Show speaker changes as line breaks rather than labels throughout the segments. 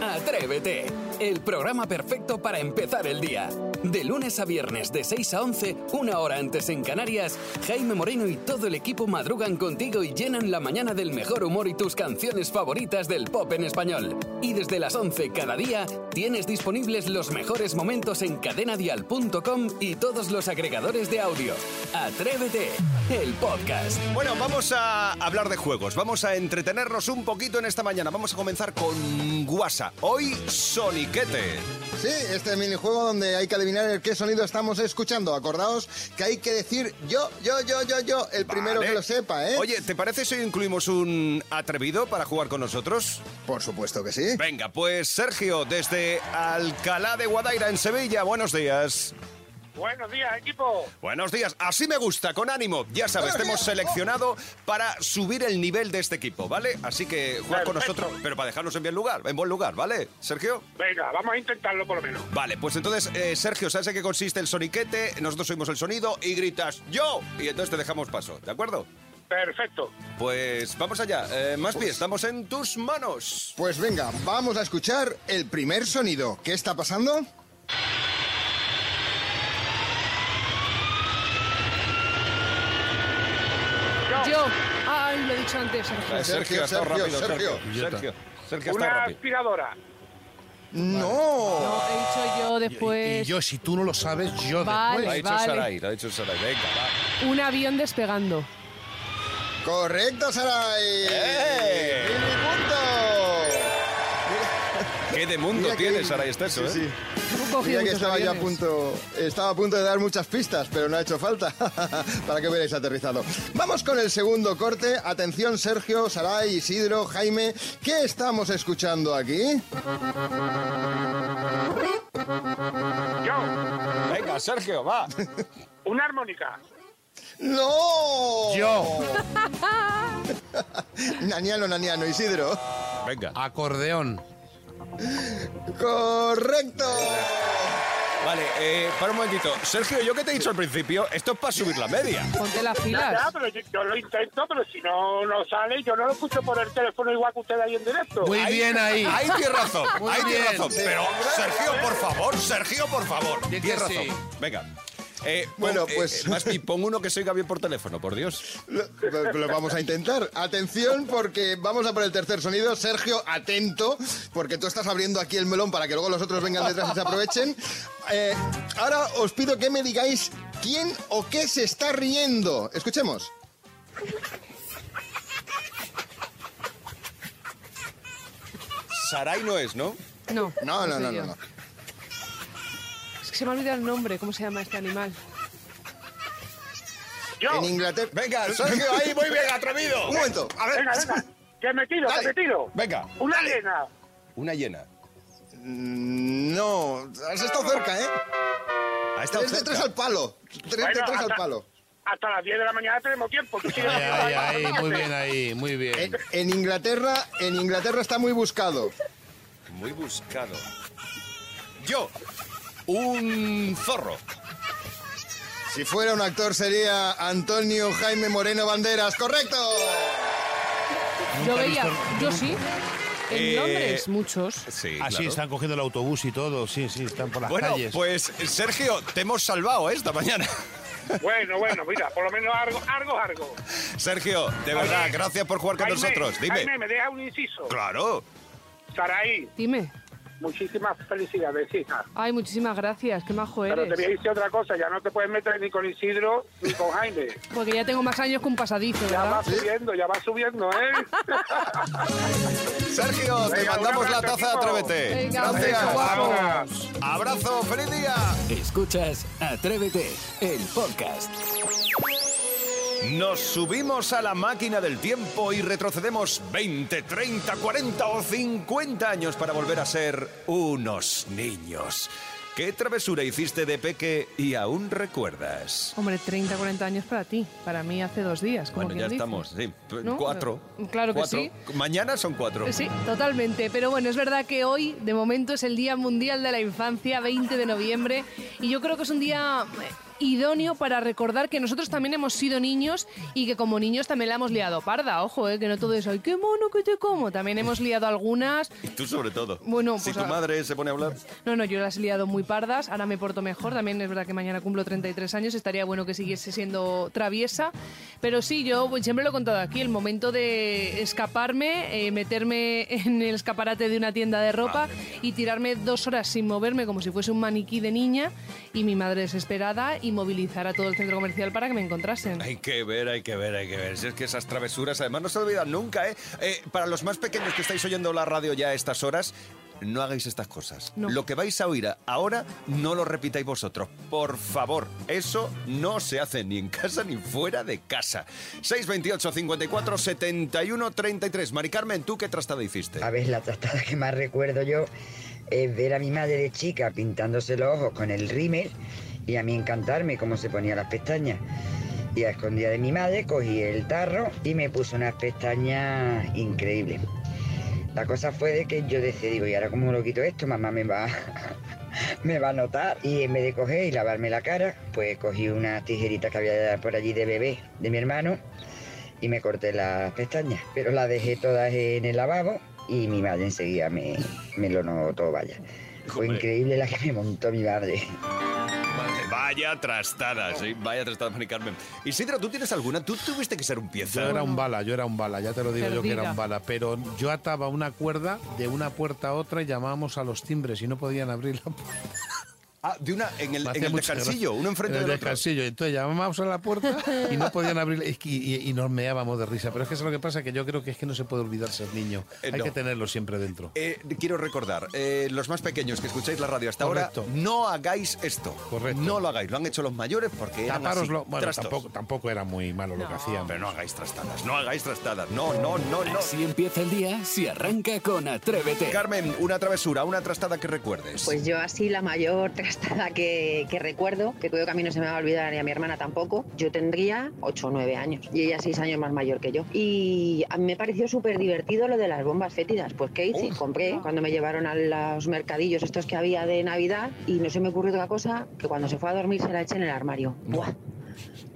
Atrévete, el programa perfecto para empezar el día. De lunes a viernes de 6 a 11, una hora antes en Canarias, Jaime Moreno y todo el equipo madrugan contigo y llenan la mañana del mejor humor y tus canciones favoritas del pop en español. Y desde las 11 cada día tienes disponibles los mejores momentos en cadenadial.com y todos los agregadores de audio. Atrévete, el podcast.
Bueno, vamos a hablar de juegos, vamos a entretenernos un poquito en esta mañana, vamos a comenzar con Guasa. Hoy, Soniquete.
Sí, este minijuego donde hay que adivinar el qué sonido estamos escuchando. Acordaos que hay que decir yo, yo, yo, yo, yo, el primero
Vale.
que lo sepa, ¿eh?
Oye, ¿te parece si hoy incluimos un atrevido para jugar con nosotros?
Por supuesto que sí.
Venga, pues Sergio, desde Alcalá de Guadaira, en Sevilla, buenos días.
Buenos días, equipo.
Buenos días, así me gusta, con ánimo. Ya sabes, te hemos seleccionado para subir el nivel de este equipo, ¿vale? Así que jugar con
Perfecto.
nosotros, pero para dejarnos en buen lugar, en buen lugar, ¿vale, Sergio?
Venga, vamos a intentarlo por lo menos.
Vale, pues entonces, eh, Sergio, ¿sabes en qué consiste el soniquete? Nosotros oímos el sonido y gritas ¡Yo! Y entonces te dejamos paso, ¿de acuerdo?
Perfecto.
Pues vamos allá. Eh, más pies, estamos en tus manos.
Pues venga, vamos a escuchar el primer sonido. ¿Qué está pasando?
Yo. Ay, lo he dicho antes, Sergio.
Eh,
Sergio,
ha estado
Sergio,
rápido, Sergio.
Sergio.
Sergio, Sergio, ha estado
Una
rápido.
aspiradora.
No.
No, he dicho yo
Y,
después.
y yo, si tú no lo sabes, yo
Vale.
Lo ha
después.
dicho Saray, lo ha dicho Saray. Venga, va.
Un avión despegando.
Correcto, Saray.
¡Eh!
¡Mini punto!
¿Qué de mundo
Mira que-
tienes, Saray Esteso,
Sí,
eh?
sí.
He cogido
Mira que
muchos
estaba yo a
aviones.
punto, estaba a punto de dar muchas pistas, pero no ha hecho falta para que hubierais aterrizado. Vamos con el segundo corte. Atención, Sergio, Saray, Isidro, Jaime. ¿Qué estamos escuchando aquí?
Yo.
Venga, Sergio, va.
Una armónica.
¡No!
Yo,
Naniano, naniano, Isidro.
Venga.
acordeón.
¡Correcto!
Vale, eh, para un momentito. Sergio, yo que te he dicho al principio, esto es para subir la media.
Ponte las
Ya,
filas.
pero yo, yo lo intento, pero si no, no sale, yo no lo escucho por el teléfono igual que usted ahí en directo.
Muy bien ahí.
Ahí tienes razón,
Muy
ahí tienes
bien.
razón.
Sí.
Pero, Sergio, por favor, Sergio, por favor.
Bien
Tienes
que
razón.
sí.
Venga. Eh,
Bueno,
eh,
pues-
eh, Maspi, pon uno que soy Gabriel por teléfono, por Dios.
Lo, lo- lo vamos a intentar. Atención, porque vamos a por el tercer sonido. Sergio, atento, porque tú estás abriendo aquí el melón para que luego los otros vengan detrás y se aprovechen. Eh, ahora os pido que me digáis quién o qué se está riendo. Escuchemos.
Sarai no es, ¿no?
No.
No, no,
soy
no,
yo.
no. no.
Es que se me ha olvidado el nombre. ¿Cómo se llama este animal?
Yo.
En Inglaterra.
Venga, Sergio, ahí, muy bien, atrevido.
Un momento. A ver.
Venga, venga. Que me tiro,
Dale.
que me tiro.
Venga,
Una arena.
una llena.
Mm, No, has estado cerca, ¿eh?
Ha estado
Tres de
cerca.
tres al palo. Tres de
Bueno,
tres al
hasta-
palo.
Hasta las 10 de la mañana tenemos tiempo. Tú
Ahí,
sigue
ahí,
haciendo
ahí,
algo,
muy
fíjate.
bien ahí, muy
En,
bien.
en Inglaterra, en Inglaterra está muy buscado.
Muy buscado. Yo, un zorro.
Si fuera un actor sería Antonio Jaime Moreno Banderas, correcto.
Yo
he
veía.
visto-
Yo sí. En
Eh,
Londres, muchos.
Sí,
Así
claro.
están cogiendo el autobús y todo, sí, sí, están por las
Bueno,
calles.
pues, Sergio, te hemos salvado ¿eh? esta mañana.
Bueno, bueno, mira, por lo menos algo, algo, algo.
Sergio, de verdad, gracias por jugar con
Jaime,
nosotros. Dime.
Jaime, me deja un inciso.
Claro.
Saraí,
Dime.
muchísimas felicidades, hija.
Ay, muchísimas gracias. Qué majo
Pero te voy a
eres.
decir otra cosa, ya no te puedes meter ni con Isidro ni con Jaime.
Porque ya tengo más años que un pasadizo,
Ya va
¿verdad?
subiendo, ya va subiendo, ¿eh?
Sergio, te
Venga, un
mandamos la
abrazo,
taza de
equipo.
Atrévete.
Venga,
gracias.
beso, guapo.
Vámonos.
Abrazo, feliz día.
Escuchas Atrévete, el podcast.
Nos subimos a la máquina del tiempo y retrocedemos 20, 30, 40 o 50 años para volver a ser unos niños. ¿Qué travesura hiciste de peque y aún recuerdas?
Hombre, 30, 40 años para ti. Para mí hace dos días. Como
Bueno,
quien
ya
dice.
estamos, sí. P-
¿No?
Cuatro.
Claro que
Cuatro.
sí. Eh,
Mañana son cuatro.
Sí, totalmente. Pero bueno, es verdad que hoy, de momento, es el Día Mundial de la Infancia, 20 de noviembre, y yo creo que es un día eh, idóneo para recordar que nosotros también hemos sido niños y que como niños también la hemos liado parda. Ojo, eh, que no todo es, ay, qué mono que te como. También hemos liado algunas.
Y tú sobre todo.
Bueno,
si
pues
tu
a-
madre se pone a hablar.
No, no, yo las he liado muy pardas, ahora me porto mejor, también es verdad que mañana cumplo 33 años, estaría bueno que siguiese siendo traviesa, pero sí, yo pues, siempre lo he contado aquí, el momento de escaparme, eh, meterme en el escaparate de una tienda de ropa y tirarme dos horas sin moverme como si fuese un maniquí de niña y mi madre desesperada y movilizar a todo el centro comercial para que me encontrasen.
Hay que ver, hay que ver, hay que ver. Si es que esas travesuras, además, no se olvidan nunca, ¿eh? Eh, Para los más pequeños que estáis oyendo la radio ya a estas horas, no hagáis estas cosas.
No.
Lo que vais a oír a- ahora, no lo repitáis vosotros. Por favor, eso no se hace ni en casa ni fuera de casa. 628 54 71 33. Mari Carmen, ¿tú qué trastada hiciste?
A ver, la trastada que más recuerdo yo es ver a mi madre de chica pintándose los ojos con el rímel y a mí encantarme cómo se ponía las pestañas. Y a escondida de mi madre cogí el tarro y me puso unas pestañas increíbles. La cosa fue de que yo decidí, digo, ¿y ahora cómo lo quito esto? Mamá me va, me va a notar. Y en vez de coger y lavarme la cara, pues cogí unas tijeritas que había por allí de bebé de mi hermano y me corté las pestañas. Pero las dejé todas en el lavabo y mi madre enseguida me, me lo notó, vaya. Fue
Hombre.
increíble la que me montó mi madre.
Vaya trastada, sí, vaya trastada, Mari Carmen. Isidro, ¿tú tienes alguna? ¿Tú tuviste que ser un
Yo
pieza?
era un bala, yo era un bala, ya te lo digo yo que era
Perdida.
un bala, pero yo ataba una cuerda de una puerta a otra y llamábamos a los timbres y no podían abrir la puerta.
Ah, de una, en el,
Me
en
hacía
el
mucha
descansillo,
gracia.
uno enfrente
En el
del otro.
descansillo. Entonces llamábamos a la puerta y no podían abrir y, y- y nos meábamos de risa. Pero es que eso es lo que pasa, que yo creo que es que no se puede olvidar ser niño.
Eh,
Hay
no.
que tenerlo siempre dentro.
Eh, quiero recordar, eh, los más pequeños que escucháis la radio hasta
Correcto.
ahora, no hagáis esto.
Correcto.
No lo hagáis, lo han hecho los mayores porque eran así,
Tapároslo. Bueno,
trastos.
tampoco, tampoco era muy malo lo que hacían.
Pero no hagáis trastadas, no hagáis trastadas. No, no, no, no.
Así empieza el día si arranca con Atrévete.
Carmen, una travesura, una trastada que recuerdes.
Pues yo así la mayor trastada que, que recuerdo, que creo que a mí no se me va a olvidar y a mi hermana tampoco, yo tendría 8 o 9 años y ella 6 años más mayor que yo. Y a mí me pareció súper divertido lo de las bombas fétidas. Pues ¿qué hice? Compré cuando me llevaron a los mercadillos estos que había de Navidad y no se me ocurrió otra cosa que cuando se fue a dormir se la eché en el armario. Buah.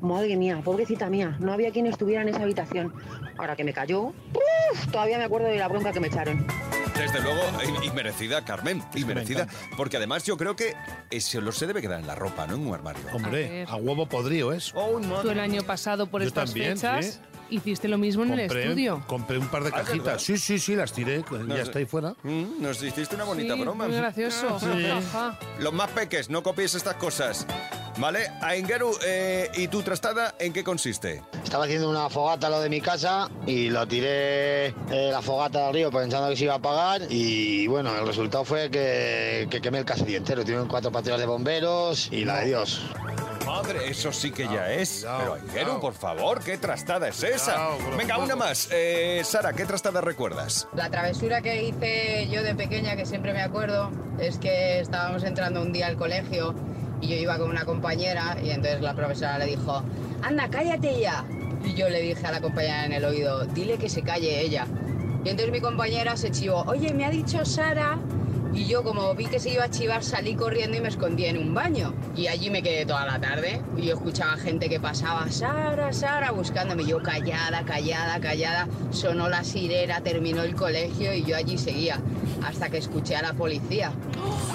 Madre mía, pobrecita mía, no había quien estuviera en esa habitación. Ahora que me cayó, ¡uf! todavía me acuerdo de la bronca que me echaron.
Desde luego, y, y merecida, Carmen, y merecida. porque además yo creo que ese olor se debe quedar en la ropa, no en un armario.
A
Hombre,
ver.
a, huevo podrido es.
Oh, no.
Tú el año pasado por
Yo
estas
también,
fechas
sí.
hiciste lo mismo en el estudio.
compré Pues un par de
Ah, es verdad.
cajitas. Sí, sí, sí, las tiré.
No
ya
sé.
está ahí fuera.
Mm, nos hiciste una bonita
Sí,
broma.
Muy gracioso. Ajá.
Los más peques, no copiéis estas cosas. ¿Vale? Aingeru, eh, ¿y tu trastada en qué consiste?
Estaba haciendo una fogata a lo de mi casa y lo tiré eh, la fogata al río pensando que se iba a apagar y bueno, el resultado fue que, que quemé el caserío entero. Tuvieron cuatro patrullas de bomberos y la de Dios.
Madre, eso sí que ya es.
cuidado,
Pero Aingeru,
cuidado.
por favor, ¿qué trastada es esa?
Cuidado con los
Venga, una
juegos.
más. Eh, Sara, ¿qué trastada recuerdas?
La travesura que hice yo de pequeña, que siempre me acuerdo, es que estábamos entrando un día al colegio y yo iba con una compañera y entonces la profesora le dijo, anda, cállate ya. Y yo le dije a la compañera en el oído, dile que se calle ella. Y entonces mi compañera se chivó, oye, me ha dicho Sara. Y yo como vi que se iba a chivar salí corriendo y me escondí en un baño. Y allí me quedé toda la tarde y yo escuchaba gente que pasaba, Sara, Sara, buscándome. Y Yo callada, callada, callada. Sonó la sirena, terminó el colegio y yo allí seguía hasta que escuché a la policía.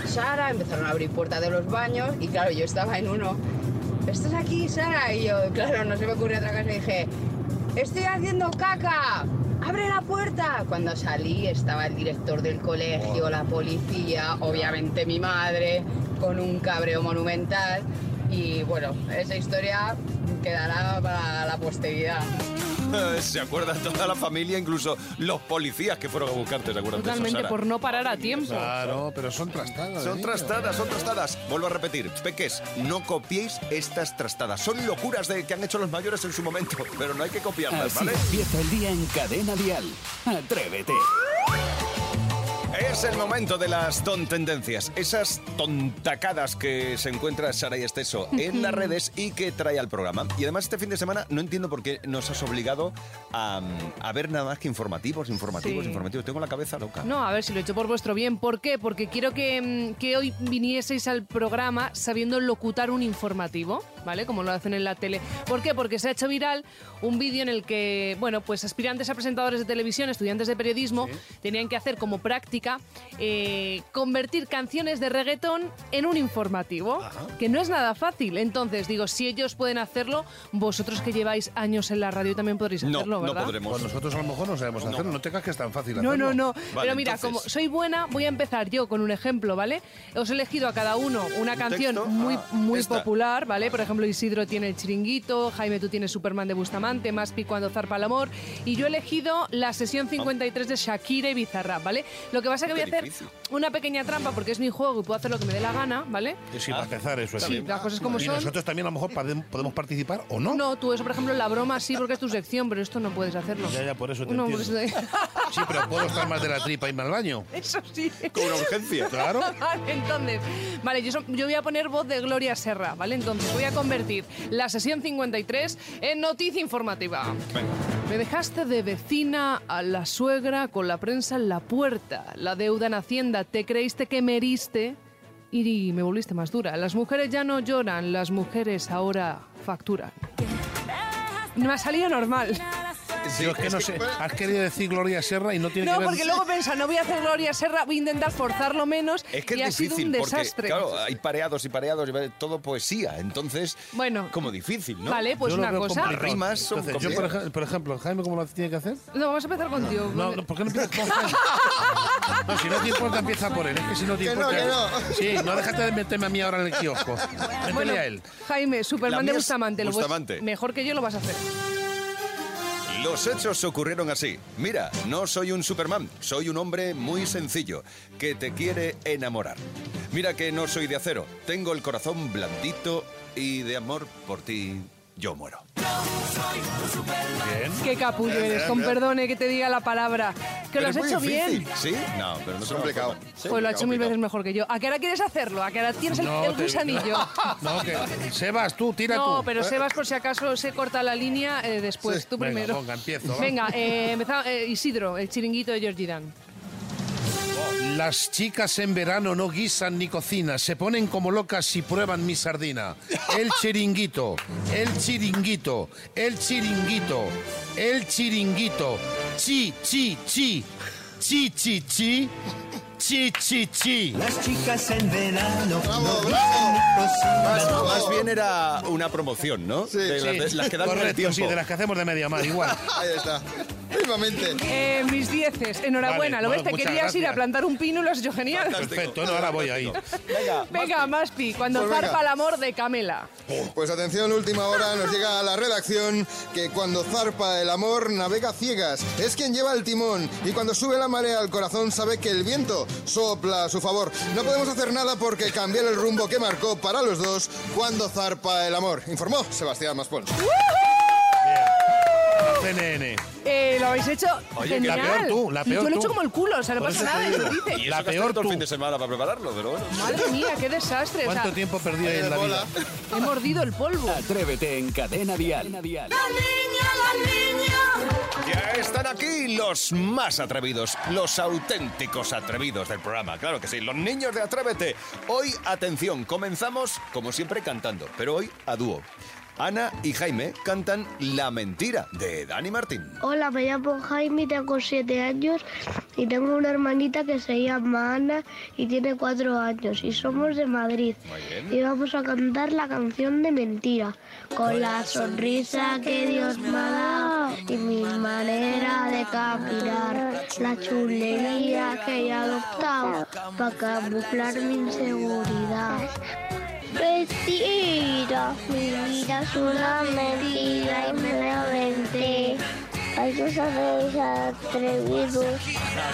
Sara, empezaron a abrir puertas de los baños y claro, yo estaba en uno. ¿Estás aquí, Sara? Y yo, claro, no se me ocurrió otra cosa. y Dije, Estoy haciendo caca. Abre la puerta. Cuando salí estaba el director del colegio, la policía, obviamente mi madre, con un cabreo monumental. Y bueno, esa historia quedará para la posteridad.
Se acuerda toda la familia, incluso los policías que fueron a buscarte, ¿se acuerdan de eso,
Totalmente,
Sara?
por no parar a tiempo.
Claro, pero son trastadas.
Son
¿eh?
trastadas, son trastadas. Vuelvo a repetir, peques, no copiéis estas trastadas. Son locuras de que han hecho los mayores en su momento, pero no hay que copiarlas,
Así
¿vale?
empieza el día en Cadena Dial. Atrévete.
Es el momento de las tontendencias, esas tontacadas que se encuentra Sara y Esteso en las redes y que trae al programa. Y además este fin de semana no entiendo por qué nos has obligado a, mm, a ver nada más que informativos, informativos,
Sí.
informativos. Tengo la cabeza loca.
No, a ver si lo he hecho por vuestro bien. ¿Por qué? Porque quiero que, mm, que hoy vinieseis al programa sabiendo locutar un informativo, ¿vale? Como lo hacen en la tele. ¿Por qué? Porque se ha hecho viral un vídeo en el que, bueno, pues aspirantes a presentadores de televisión, estudiantes de periodismo, tenían que hacer como práctica eh, convertir canciones de reggaetón en un informativo, que no es nada fácil. Entonces, digo, si ellos pueden hacerlo, vosotros que lleváis años en la radio también podréis
No,
hacerlo,
no
¿verdad?
podremos.
Pues nosotros a lo mejor no sabemos hacerlo. No, te creas que es tan fácil
No,
hacerlo.
no, no. Pero mira, como soy buena, voy a empezar yo con un ejemplo, ¿vale? Os he elegido a cada uno una canción
texto?
muy,
Ah,
muy
esta.
popular, ¿vale? Por ejemplo, Isidro tiene El Chiringuito, Jaime, tú tienes Superman de Bustamante, Maspi cuando zarpa el amor. Y yo he elegido la sesión 53 de Shakira y Bizarrap, ¿vale? Lo que pasa es que
Qué
voy a hacer
difícil.
una pequeña trampa porque es mi juego y puedo hacer lo que me dé la gana, ¿vale?
Sí, para empezar eso.
Sí,
así.
las cosas como
y
son.
nosotros también a lo mejor pade- podemos participar o no.
No, tú eso, por ejemplo, la broma sí porque es tu sección, pero esto no puedes hacerlo.
Ya, ya, por eso te
No, por
entiendo.
eso te-
Sí, pero puedo estar más de la tripa y irme al baño.
Eso sí.
Con una urgencia. Claro.
Vale, entonces, vale, yo, so- yo voy a poner voz de Gloria Serra, ¿vale? Entonces voy a convertir la sesión 53 en noticia informativa. Me dejaste de vecina a la suegra con la prensa en la puerta, la deuda en Hacienda, te creíste que me heriste y me volviste más dura. Las mujeres ya no lloran, las mujeres ahora facturan. No ha salido normal.
Yo es que no sé. Has querido decir Gloria Serra y no tiene
No,
que ver.
porque luego piensa, no voy a hacer Gloria Serra, voy a intentar forzarlo menos.
Es que
y
es
ha sido
difícil
un
porque,
desastre.
claro, hay pareados y pareados, y pare- todo poesía, entonces,
Bueno.
como difícil, ¿no?
Vale, pues Yo lo una veo cosa.
Las
complicado.
rimas son
Entonces, yo, por,
complicadas.
ej- por ejemplo, Jaime, ¿cómo lo tiene que hacer?
No, vamos a empezar contigo.
No, no, ¿por qué no empiezas con Jaime? No, si no te importa, empieza por él. Es que si no te
Que no,
importa.
que no.
Sí, no déjate de meterme a mí ahora en el kiosco. Métele
Bueno,
a él.
Jaime,
La
Superman
mía
de
es
Bustamante. lo vas-
Bustamante.
mejor que yo lo vas a hacer.
Los hechos ocurrieron así. Mira, no soy un Superman, soy un hombre muy sencillo, que te quiere enamorar. Mira que no soy de acero, tengo el corazón blandito y de amor por ti yo muero. Eh, Bien.
Qué capullo
Bien,
eres,
bien,
con
bien.
perdone que te diga la palabra. Que lo has hecho bien.
¿Sí? No, pero no es complicado.
Pues lo ha hecho mil veces mejor que yo. ¿A qué hora quieres hacerlo? ¿A qué hora tienes el, el
te-
gusanillo?
No, que. Sebas, tú, tira tú. Eh.
No, pero Sebas, por si acaso se corta la línea eh, después, tú
Venga,
primero.
Venga, empiezo. va.
Venga, eh, empezamos, eh, Isidro, el chiringuito de Georgie Dan.
Las chicas en verano no guisan ni cocinan, se ponen como locas si prueban mi sardina. El chiringuito, el chiringuito, el chiringuito, el chiringuito. Chi, chi, chi, chi, chi, chi, chi, chi, chi. Las chicas en verano.
Más, más bien era una promoción, ¿no? Sí, de las, de- las que dan el
Correcto,
tiempo.
sí, de las que hacemos de media mar, igual.
Ahí está. Mismamente.
Eh, mis dieces, enhorabuena.
Vale,
¿Lo ves?
bueno,
Te
muchas
querías ir a
gracias.
plantar un pino y lo has hecho genial.
Perfecto, no, ahora voy ahí.
Venga, Maspi, cuando
Pues venga.
zarpa el amor de Camela.
Pues atención, última hora nos llega a la redacción que cuando zarpa el amor navega ciegas, es quien lleva el timón y cuando sube la marea el corazón sabe que el viento sopla a su favor. No podemos hacer nada porque cambiar el rumbo que marcó para los dos cuando zarpa el amor, informó Sebastián Maspons.
CNN.
Eh, lo habéis hecho
Oye, que
genial.
la peor tú,
la
Y
peor
yo lo he
tú.
hecho como el culo, o sea, no
Por
pasa
eso te
nada. y lo
digo.
dices.
Y eso la peor todo el fin de semana para prepararlo, pero bueno.
Madre mía, qué desastre. o sea,
¿Cuánto tiempo perdí ahí en la vida?
He mordido el polvo.
Atrévete en Cadena Dial.
Ya están aquí los más atrevidos, los auténticos atrevidos del programa, claro que sí, los niños de Atrévete. Hoy, atención, comenzamos como siempre cantando, pero hoy a dúo. Ana y Jaime cantan La Mentira de Dani Martín.
Hola, me llamo Jaime, tengo 7 años y tengo una hermanita que se llama Ana y tiene 4 años y somos de Madrid. Y vamos a cantar la canción de mentira. Con la sonrisa que Dios me ha dado y mi manera de caminar, la chulería que he adoptado para camuflar mi inseguridad. Mentira, mi vida es una mentira y me la inventé. Hay que saber atrevidos.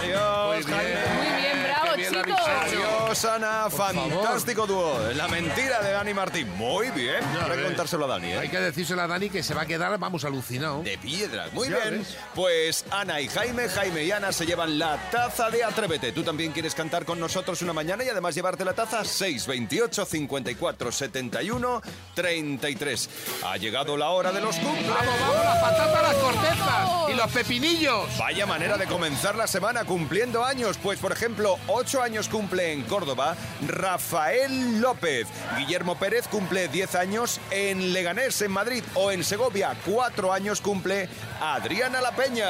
Adiós, Jaime. Muy
bien, bravo, Qué bien lo chicos. habéis hecho.
Adiós, Ana. Fantástico dúo. La mentira de Dani Martín. Muy bien. Hay que
ves.
contárselo a Dani, ¿eh?
Hay que decírselo a Dani que se va a quedar, vamos, alucinado.
De piedras. Muy
Ya
bien.
ves.
Pues Ana y Jaime, Jaime y Ana se llevan la taza de Atrévete. Tú también quieres cantar con nosotros una mañana y además llevarte la taza 628 54 71 33. Ha llegado la hora de los cumples.
Vamos, vamos, las patatas, las cortezas y los pepinillos.
Vaya manera de comenzar la semana cumpliendo años. Pues, por ejemplo, 8 años cumple en Córdoba Rafael López. Guillermo Pérez cumple 10 años en Leganés, en Madrid o en Segovia. 4 años cumple Adriana La Peña.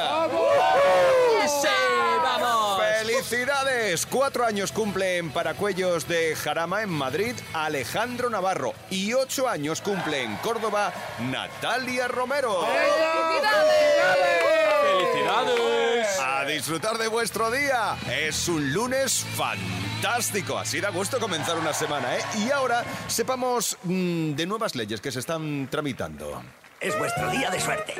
¡Sí, vamos!
¡Felicidades! Cuatro años cumple en Paracuellos de Jarama, en Madrid, Alejandro Navarro. Y ocho años cumple en Córdoba, Natalia Romero.
¡Felicidades!
A disfrutar de vuestro día. Es un lunes fantástico. Así da gusto comenzar una semana, ¿eh? Y ahora sepamos mm, de nuevas leyes que se están tramitando.
Es vuestro día de suerte.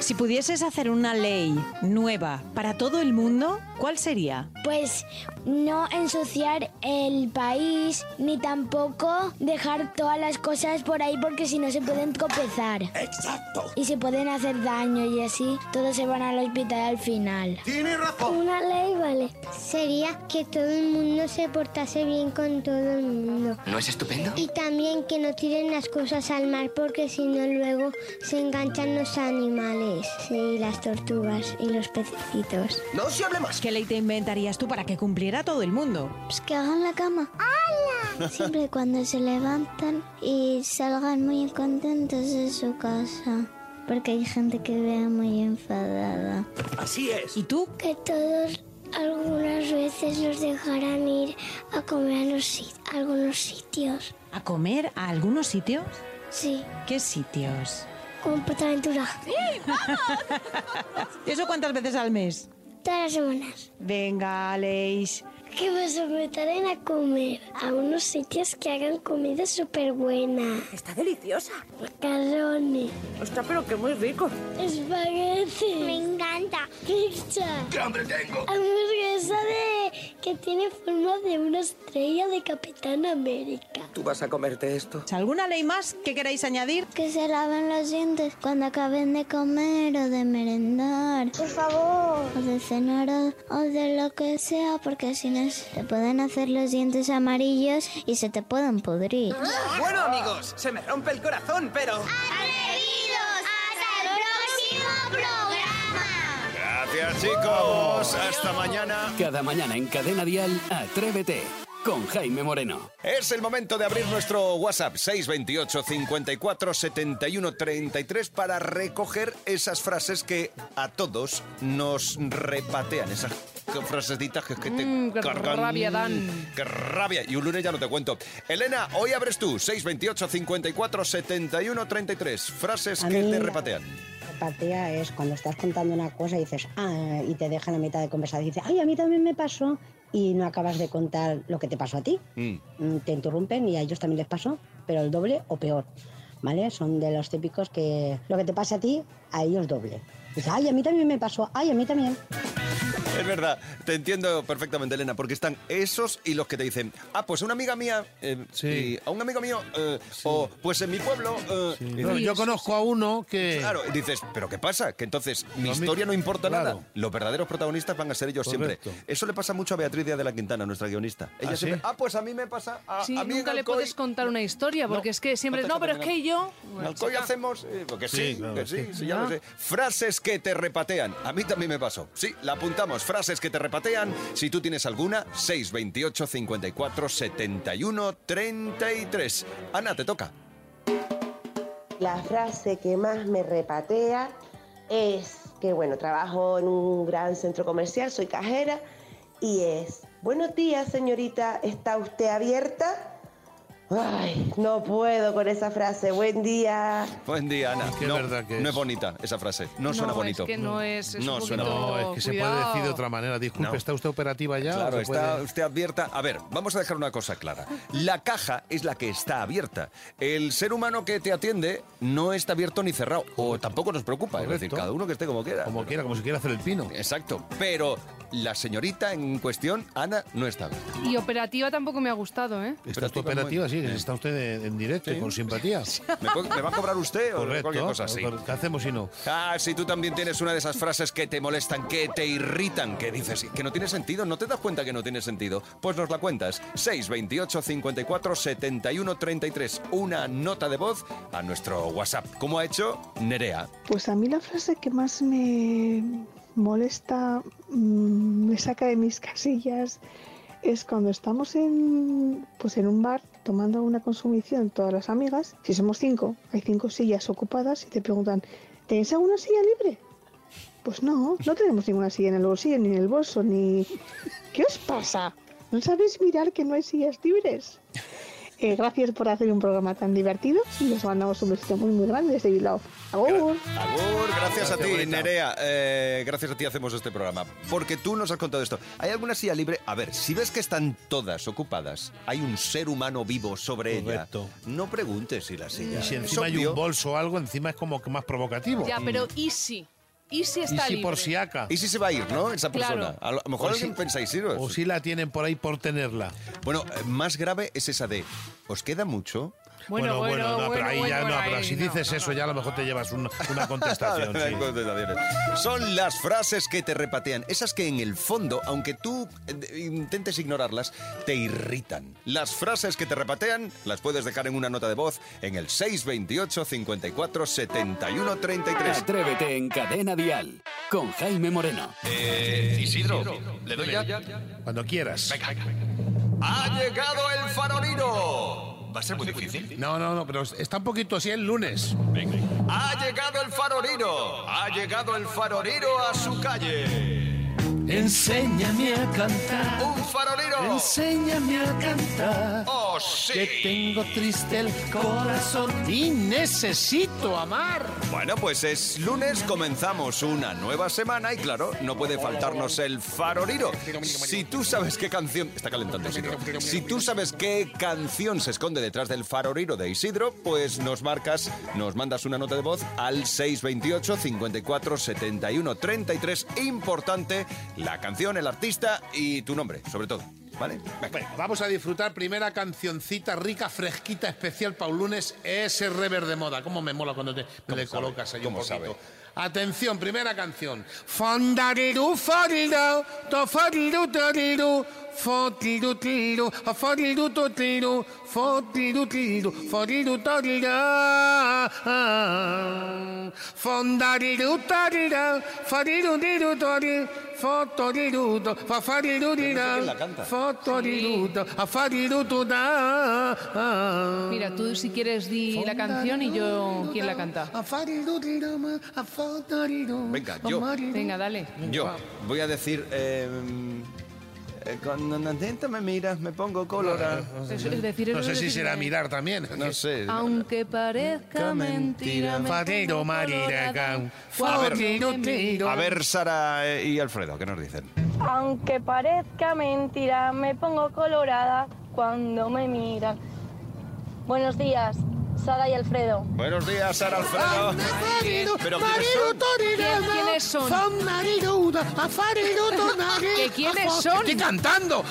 Si pudieses hacer una ley nueva para todo el mundo, ¿cuál sería?
Pues no ensuciar el país ni tampoco dejar todas las cosas por ahí porque si no se pueden tropezar.
Exacto.
Y se pueden hacer daño y así todos se van al hospital al final.
Tiene razón.
Una ley, vale. Sería que todo el mundo se portase bien con todo el mundo.
¿No es estupendo?
Y también que no tiren las cosas al mar porque si no luego se enganchan los animales. Sí, las tortugas y los pececitos.
No se hable más.
¿Qué ley te inventarías tú para que cumpliera todo el mundo?
Pues que hagan la cama. ¡Hala! Siempre cuando se levantan y salgan muy contentos de su casa. Porque hay gente que vea muy enfadada.
Así es.
¿Y tú?
Que todos algunas veces los dejarán ir a comer a, los sit- a algunos sitios.
¿A comer a algunos sitios?
Sí,
¿Qué sitios?
como Aventura.
¿Eso cuántas veces al mes?
Todas las semanas.
Venga, Aleix.
Que me someterán a comer a unos sitios que hagan comida súper buena.
Está deliciosa.
Macarrones,
Está pero que muy rico.
espaguetis. Me encanta. Pizza.
¡Qué hambre tengo!
Hamburguesa de... que tiene forma de una estrella de Capitán América.
Tú vas a comerte esto.
¿Alguna ley más que queráis añadir?
Que se laven los dientes cuando acaben de comer o de merendar. Por favor. O de cenar o, o de lo que sea, porque si no se te pueden hacer los dientes amarillos y se te pueden pudrir.
Bueno, amigos, se me rompe el corazón, pero...
Gracias, chicos. Hasta mañana.
Cada mañana en Cadena Dial, Atrévete con Jaime Moreno.
Es el momento de abrir nuestro WhatsApp 628 54 71 33 para recoger esas frases que a todos nos repatean. Esas c- frasecitas que, que te
Mm, qué
cargan.
rabia dan.
¡Qué rabia! Y un lunes ya no te cuento. Elena, hoy abres tú 628 54 71 33. Frases
A
que
mí
te
la-
repatean.
Empatía es cuando estás contando una cosa y dices, ah, y te dejan a mitad de conversación y dices, ay, a mí también me pasó, y no acabas de contar lo que te pasó a ti.
Mm.
Mm, Te interrumpen y a ellos también les pasó, pero el doble o peor. ¿Vale? Son de los típicos que lo que te pasa a ti, a ellos doble. Dices, ay, a mí también me pasó, ay, a mí también.
Es verdad, te entiendo perfectamente, Elena, porque están esos y los que te dicen, ah, pues una amiga mía, eh, y a un amigo mío, eh, o pues en mi pueblo. eh, y dices,
No, yo conozco a uno que...
Claro, y dices, ¿pero qué pasa? Que entonces mi
No, mi-
historia no importa
claro.
nada. Los verdaderos protagonistas van a ser ellos
Correcto.
siempre. Eso le pasa mucho a Beatriz Díaz de la Quintana, nuestra guionista. Ella
¿Ah, sí?
siempre, ah, pues a mí me pasa. A,
Sí,
a mí en
nunca le
Alcoy-
puedes contar una historia, porque
No,
es que siempre...
no
No,
te
pero es
terminan.
que yo...
en Alcoy
chica.
hacemos. eh, porque sí,
Sí, claro,
que sí,
sí.
sí, ya lo
Ah.
sé. Frases que te repatean. A mí también me pasó. Sí, la apuntamos. Frases que te repatean. Si tú tienes alguna, 628 54 71 33. Ana, te toca.
La frase que más me repatea es que, bueno, trabajo en un gran centro comercial, soy cajera, y es, buenos días, señorita, ¿está usted abierta? Ay, no puedo con esa frase, buen día.
Buen día, Ana.
Qué
no,
verdad que es.
no es bonita esa frase. No,
No,
suena
es
bonito.
que no es- es un
suena
poquito-
bonito.
No, es que se puede
Cuidado.
decir de otra manera. Disculpe,
No.
¿está usted operativa ya?
Claro,
¿O se
está
puede?
usted abierta. A ver, vamos a dejar una cosa clara. La caja es la que está abierta. El ser humano que te atiende no está abierto ni cerrado. O tampoco nos preocupa. Es decir,
Correcto.
cada uno que esté como quiera.
Como quiera, como si quiera hacer el pino.
Exacto. Pero la señorita en cuestión, Ana, no está abierta.
Y operativa tampoco me ha gustado, ¿eh?
Pero está operativa, sí, que está usted en- en directo y con simpatía.
¿Me, puede- me va a cobrar usted o
Correcto.
cualquier cosa así?
¿Qué hacemos si no?
Ah, si tú también tienes una de esas frases que te molestan, que te irritan, que dices que no tiene sentido, no te das cuenta que no tiene sentido, pues nos la cuentas. 628 54 71 33. Una nota de voz a nuestro WhatsApp. ¿Cómo ha hecho Nerea?
Pues a mí la frase que más me, molesta, mm, me saca de mis casillas, es cuando estamos en, pues en un bar tomando una consumición todas las amigas, si somos cinco, hay cinco sillas ocupadas y te preguntan, ¿tenéis alguna silla libre? Pues no, no tenemos ninguna silla en el bolsillo, ni en el bolso, ni... ¿Qué os pasa? ¿No sabéis mirar que no hay sillas libres? Eh, gracias por hacer un programa tan divertido y os mandamos un besito muy muy grande desde Bilbao. ¡Agur!
Agur, gracias a ti,
bonita.
Nerea. eh, gracias a ti hacemos este programa. Porque tú nos has contado esto. ¿Hay alguna silla libre? A ver, si ves que están todas ocupadas, hay un ser humano vivo sobre
Correcto.
ella. No preguntes si la silla.
Y si
es
encima hay
obvio.
un bolso o algo, encima es como que más provocativo.
Ya, pero ¿y si? ¿Y si
y
está
si
libre?
Mm. por si acá.
¿Y si se va a ir, no? Esa persona.
Claro.
A lo a lo mejor
O
alguien
si-
pensáis iros.
O si la tienen por ahí por tenerla.
Bueno, eh, más grave es esa de, ¿os queda mucho?
Bueno, bueno, no, pero ahí ya no, pero si dices eso ya a lo mejor te llevas una, una contestación.
Hay
sí.
contestaciones. Son las frases que te repatean, esas que en el fondo, aunque tú eh, intentes ignorarlas, te irritan. Las frases que te repatean las puedes dejar en una nota de voz en el 628 54 71 33.
Atrévete en Cadena Dial con Jaime Moreno.
Eh, Isidro, ¿le doy ya?
Cuando quieras.
¡Ha llegado el farolino! ¿Va a ser muy difícil?
No, no, no, pero está un poquito así el lunes.
¡Ha llegado el farolino! ¡Ha llegado el farolino a su calle!
Enséñame a cantar.
¡Un farolino!
Enséñame a cantar.
¡Oh, sí!
Que tengo triste el corazón y necesito amar.
Bueno, pues es lunes, comenzamos una nueva semana y claro, no puede faltarnos el faroriro. Si tú sabes qué canción... Está calentando Isidro. Si tú sabes qué canción se esconde detrás del faroriro de Isidro, pues nos marcas, nos mandas una nota de voz al 628 54 71 33. Importante la canción, el artista y tu nombre, sobre todo. ¿Vale?
Bueno, vamos a disfrutar primera cancioncita rica, fresquita, especial para un lunes, ese rever de moda. ¿Cómo me mola cuando te le colocas ahí un poquito? Atención, primera canción.
Fondariru, foriru, to foriru, toriru, fotiru, triru, a foriru, to triru, fotiru, triru, foriru, torira. Fondariru, torira, foriru, riru, tori, fotoriru, to, fa fariru,
quién
rira,
la canta.
fotoriru, to, a fariru, to da.
Mira, tú si quieres di la canción y yo quién la canta.
Venga, yo.
Venga, dale.
Yo voy a decir... eh, eh, cuando Nandita me mira, me pongo colorado.
Eso es decir,
No
eso
sé
es
si
decir-
será mirar también.
No sé.
Ah,
Aunque parezca mentira. me
Farero, mariragán.
Guau,
A
tiro,
ver,
tiro.
a ver, Sara eh, y Alfredo, ¿qué nos dicen?
Aunque parezca mentira, me pongo colorada cuando me miran. Buenos días, Sara y Alfredo.
Buenos días, Sara Alfredo. Pero ¿quiénes son?
¿Quién- quiénes son? ¿Que quiénes son?
Estoy cantando.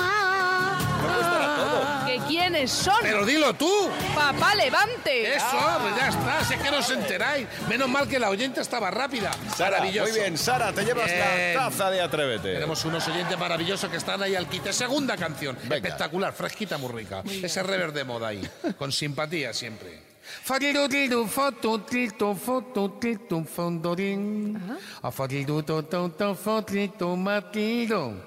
Ah. ¿Que quiénes son?
Pero dilo tú.
Papá, levante. Ah.
Eso, pues ya está, sé que no os enteráis. Menos mal que la oyente estaba rápida.
Sara,
Maravilloso.
muy bien, Sara, te llevas la taza de Atrévete.
Tenemos unos oyentes maravillosos que están ahí al quite. Segunda canción, espectacular, fresquita, muy rica.
Muy bien.
Ese rever de moda ahí, con simpatía siempre.
Farirudiru, fotutritu, fotutritu, fondorin. Afarirutototo, fotritu, matiro.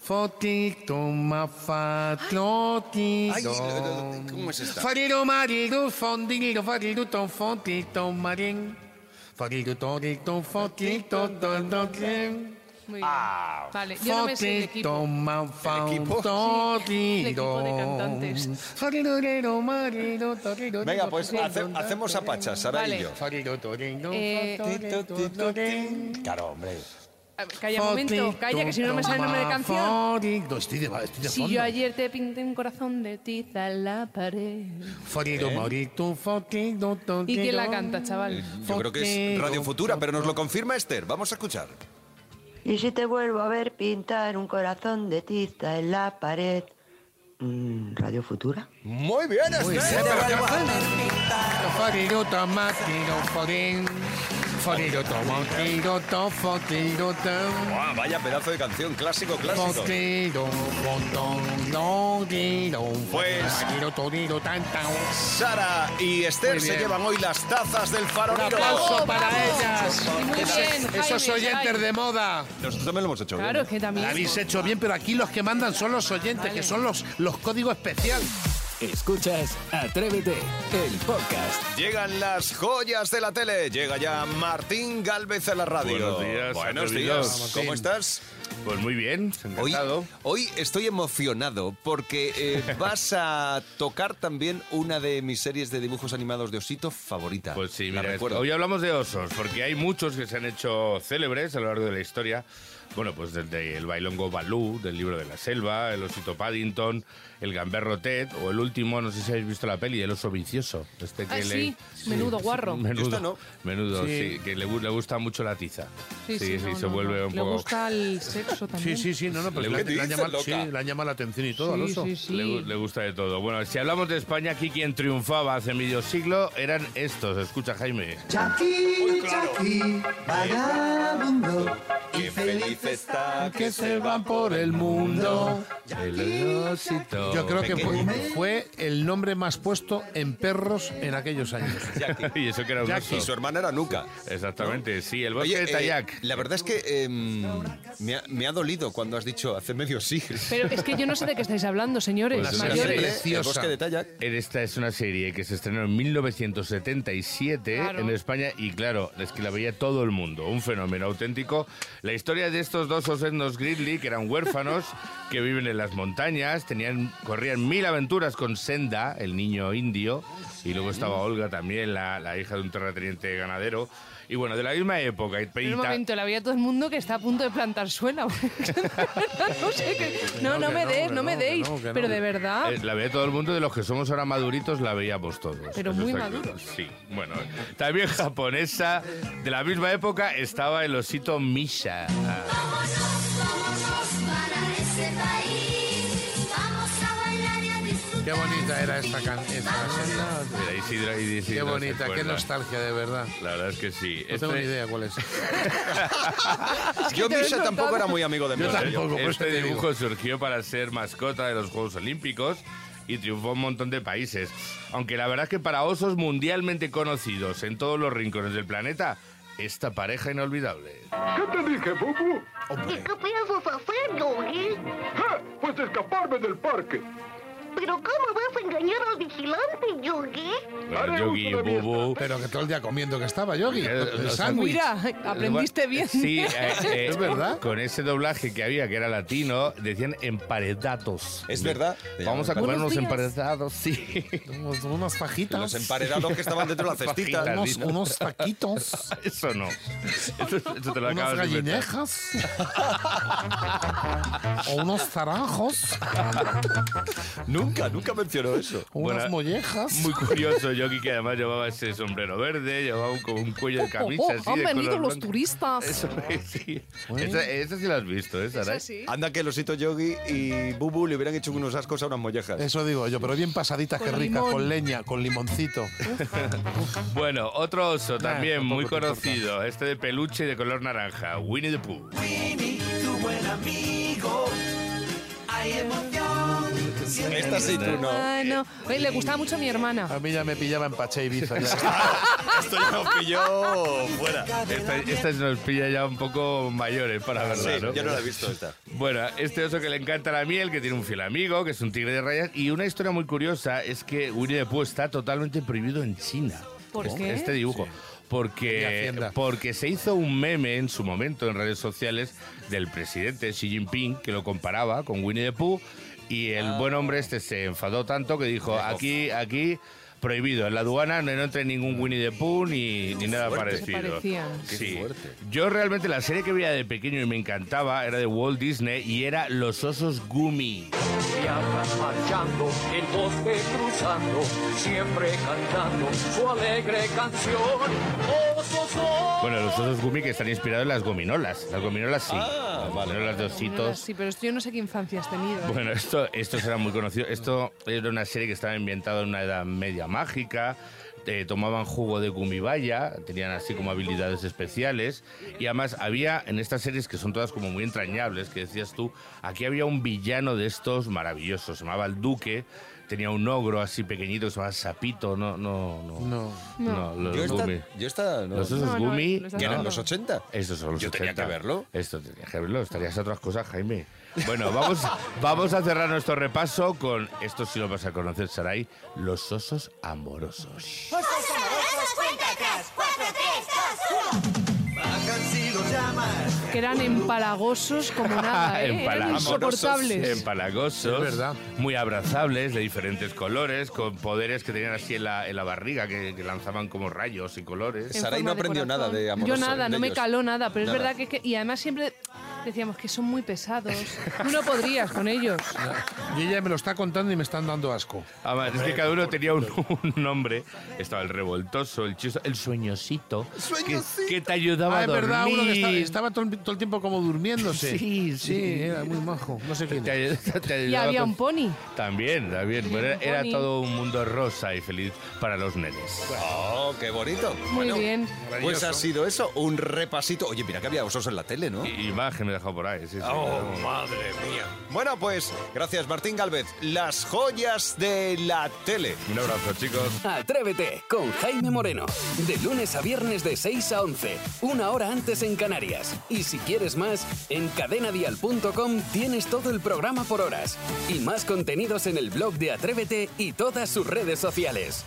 Fotitu, mafatotiro.
Ay, ¿cómo es esta?
Fariru, mariru, fondiriru, fariruto, fotitu, marín. Farirutorito, fotito, tototin.
Muy bien.
Ah.
Vale, yo no me sé el equipo.
Fotito,
El equipo de
mafatotiro.
cantantes.
Farirurero, mariru, toriro,
Venga,
toriro,
pues
toriro,
hace-
toriro,
hacemos apachas, Sara
Vale.
y yo.
Eh,
Claro, hombre.
a ver, Calla un momento, calla, que si no me sale el nombre de canción.
No, estoy de, estoy de
Si
fondo.
yo ayer te pinté un corazón de tiza en la pared.
Fariru,
Eh.
mariru, fotito, toriro.
¿Y quién la canta, chaval?
Yo creo que es Radio Futura, pero nos lo confirma Esther. Vamos a escuchar.
Y si te vuelvo a ver pintar un corazón de tiza en la pared.
Mm, ¿Radio Futura?
Muy bien,
Esther.
Fariru, tomatiro, forín. foriroto, motiroto, fotiroto.
Guau, Ah, vaya pedazo de canción, clásico, clásico. Pues- Sara y Esther
Muy
se
bien.
llevan hoy las tazas del
Un
farolero.
aplauso para ellas.
muy
Esos-
bien,
Esos
Jaime,
oyentes
Jaime.
de moda.
Nosotros también lo hemos hecho
Claro, que también.
La habéis hecho bien, pero aquí los que mandan son los oyentes, que son los, los códigos especiales.
Escuchas Atrévete, el podcast.
Llegan las joyas de la tele. Llega ya Martín Galvez a la radio.
Buenos días,
Buenos
atrevidos.
días.
Martín.
¿Cómo estás?
Pues muy bien,
Hoy,
encantado.
hoy estoy emocionado porque eh, vas a tocar también una de mis series de dibujos animados de osito favorita. Pues sí,
Mira, Hoy hablamos de osos, porque hay muchos que se han hecho célebres a lo largo de la historia. Bueno, pues desde el bailongo Balú, del libro de la selva, el osito Paddington, el gamberro Ted, o el último, no sé si habéis visto la peli, el oso vicioso. Este que
Ah,
le-
sí, menudo guarro.
Menudo,
Esta no.
menudo,
Sí.
sí. que le, gu- le gusta mucho la tiza. Sí, sí,
no,
se
no,
vuelve
no.
un
Le
poco...
gusta el sexo
Sí,
también.
sí, sí, no, no, pero
Le
le,
gusta-
le han llamado,
dices,
sí,
loca.
le han llamado la atención y todo al oso.
Le, gu- le gusta de todo. Bueno, si hablamos de España, aquí quien triunfaba hace medio siglo eran estos. Escucha, Jaime.
Chaki, chaki, vagabundo.
Qué feliz está
que se van por el mundo.
El osito.
Yo creo que fue, fue el nombre más puesto en perros en aquellos años.
y eso que era un
Jackie.
Y su hermana era Nuca.
Exactamente, sí, el bosque de
Oye, eh,
Tayac.
la verdad es que eh, me, ha, me ha dolido cuando has dicho hace medio siglo.
Pero es que yo no sé de qué estáis hablando, señores.
Pues una
mayores.
serie-
Preciosa. El bosque de Tayac.
En Esta es una serie que se estrenó en 1977
Claro.
en España y claro, es que la veía todo el mundo, un fenómeno auténtico. La historia de estos dos osendos grizzly, que eran huérfanos, que viven en las montañas, tenían, corrían mil aventuras con Senda, el niño indio, y luego estaba Olga también, la, la hija de un terrateniente ganadero. Y bueno, de la misma época. y-
En un momento, la veía todo el mundo que está a punto de plantar suela. no sé qué- No, no
que
me
no,
deis,
que
no me
no, que
deis.
no, que no.
Pero de verdad.
Eh, La veía todo el mundo, de los que somos ahora maduritos, la veíamos todos.
Pero
Eso
muy
está claro.
maduros.
Sí, bueno. También japonesa, de la misma época, estaba el osito Misha.
Vámonos para ese país. Vamos a bailar y a disfrutar.
Qué bonita era esta canción.
Mira, Isidro- y Isidro se
Qué bonita,
acuerda.
qué nostalgia, de verdad.
La verdad es que sí. Este-
No tengo ni idea cuál es.
Yo,
te lo he
Misha, tampoco
notado.
era muy amigo de mi
Yo
madre.
tampoco,
Yo-
Este dibujo surgió para ser mascota de los Juegos Olímpicos y triunfó en un montón de países. Aunque la verdad es que para osos mundialmente conocidos en todos los rincones del planeta, esta pareja inolvidable.
¿Qué te dije, Bubu?
Oh, pues.
¿Y qué piensas hacer, Yogi? pues
Eh,
escaparme del parque. ¿Pero cómo vas a engañar al vigilante, Yogi?
Haré Yogi, uso de mi Bubu.
Pero que todo el día comiendo que estaba Yogi.
Eh,
El
los
sándwich.
Mira, aprendiste bien.
Sí, eh, eh,
Es verdad.
Con ese doblaje que había, que era latino, decían emparedados.
Es verdad.
Vamos a comer unos
Buenos días.
emparedados, sí.
Unos- Unas fajitas.
Los emparedados que estaban dentro de la cestita.
Fajitas, Unos,
¿no?
unos taquitos.
Eso no. Eso, eso te lo
unas
acabas de inventar.
gallinejas. o unos zarajos.
Nunca, nunca mencionó eso.
Unas
Bueno,
mollejas.
Muy curioso, Yogi, que además llevaba ese sombrero verde, llevaba un, como un cuello de camisa
Oh, oh,
así.
han
de
venido
color
los
blanco.
turistas.
Eso es, sí. Esa, esa sí la has visto, ¿eh, Saray?
sí.
Anda que el osito Yogi y Bubu le hubieran hecho unos ascos a unas mollejas.
Eso digo yo, pero bien pasaditas,
Con
que ricas,
limón.
con leña, con limoncito.
Bueno, otro oso
Nah,
también
tampoco
muy
te importa.
conocido, este de peluche y de color naranja, Winnie the Pooh.
Winnie, tu buen amigo. Hay emoción.
Esta sí, tú no.
Ah, no. Oye, le gustaba mucho a mi hermana.
A mí ya me pillaba en Pache Ibiza. ya.
Esto ya nos Ah, pilló fuera.
Esta, esta Este, nos pilla ya un poco mayores, para
Ah,
verdad,
sí,
¿no?
yo no la he visto esta.
Bueno, este oso que le encanta la miel, que tiene un fiel amigo, que es un tigre de rayas. Y una historia muy curiosa es que Winnie the Pooh está totalmente prohibido en China.
¿Por
Este-
qué?
Este dibujo.
Y
Porque,
Hacienda.
porque se hizo un meme en su momento en redes sociales del presidente Xi Jinping que lo comparaba con Winnie the Pooh y el
Ah.
buen hombre este se enfadó tanto que dijo aquí, aquí prohibido, en la aduana no entre ningún Winnie the Pooh ni, ni nada
fuerte.
parecido.
Se parecían. Qué
Sí. Yo realmente la serie que veía de pequeño y me encantaba era de Walt Disney y era Los Osos Gumi.
Viajas marchando, el bosque cruzando, siempre cantando su alegre canción. Osos,
Bueno, los osos gumi que están inspirados en las gominolas. Las gominolas sí.
Ah,
las gominolas de ositos.
Sí, pero yo no sé qué infancia has tenido. ¿eh?
Bueno, esto, esto será muy conocido. Esto era una serie que estaba ambientada en una edad media mágica, eh, tomaban jugo de gumibaya, tenían así como habilidades especiales. Y además había en estas series que son todas como muy entrañables, que decías tú, aquí había un villano de estos maravillosos, se llamaba el Duque. Tenía un ogro así pequeñito, que se llamaba Sapito, no, no, no. No,
No.
los
Yo esta-
Gumi.
yo esta no.
Los osos
No, no,
Gumi.
los Que eran no. los 80.
Estos son los
Yo
80.
tenía que verlo.
Esto tenía que verlo, estarías a otras cosas, Jaime. Bueno, vamos, vamos a cerrar nuestro repaso con, esto sí lo vas a conocer, Sarai, los osos amorosos.
¡Osos amorosos, cuenta atrás! ¡Cuatro, tres, dos, uno! ¡Bajan si los llamas!
Que eran empalagosos como nada, ¿eh? Eran
Empalagosos.
insoportables.
Empalagosos.
Es verdad.
Muy abrazables, de diferentes colores, con poderes que tenían así en la, en la barriga, que, que lanzaban como rayos y colores.
En Sarai forma no de aprendió
nada de
Yo nada, no me caló nada, pero es
Nada.
verdad que, es que- Y además siempre decíamos que son muy pesados. Tú no podrías con ellos.
Y ella me lo está contando y me están dando asco.
Además, es que cada uno tenía un, un nombre. Estaba el revoltoso, el chiso, el sueñosito. que-
Sueñosito.
Que, te ayudaba
Ah,
a
es
dormir.
verdad, uno que estaba, estaba todo, el- todo el tiempo como durmiéndose.
Sí, sí.
era muy majo. No sé quién.
Te ayu- te
Y
ayudaba
había
con-
un pony.
También, también. Bueno,
un
era
pony.
todo un mundo rosa y feliz para los nenes.
¡Oh, qué bonito!
Muy bien.
Pues ha sido eso, un repasito. Oye, mira que había osos en la tele, ¿no?
Imagen me he dejado por ahí, sí, sí.
¡Oh, madre mía! Bueno, pues gracias Martín Galvez. Las joyas de la tele.
Un abrazo, chicos.
Atrévete con Jaime Moreno. De lunes a viernes de 6 a 11. Una hora antes en Canarias. Y si quieres más, en cadenadial.com tienes todo el programa por horas. Y más contenidos en el blog de Atrévete y todas sus redes sociales.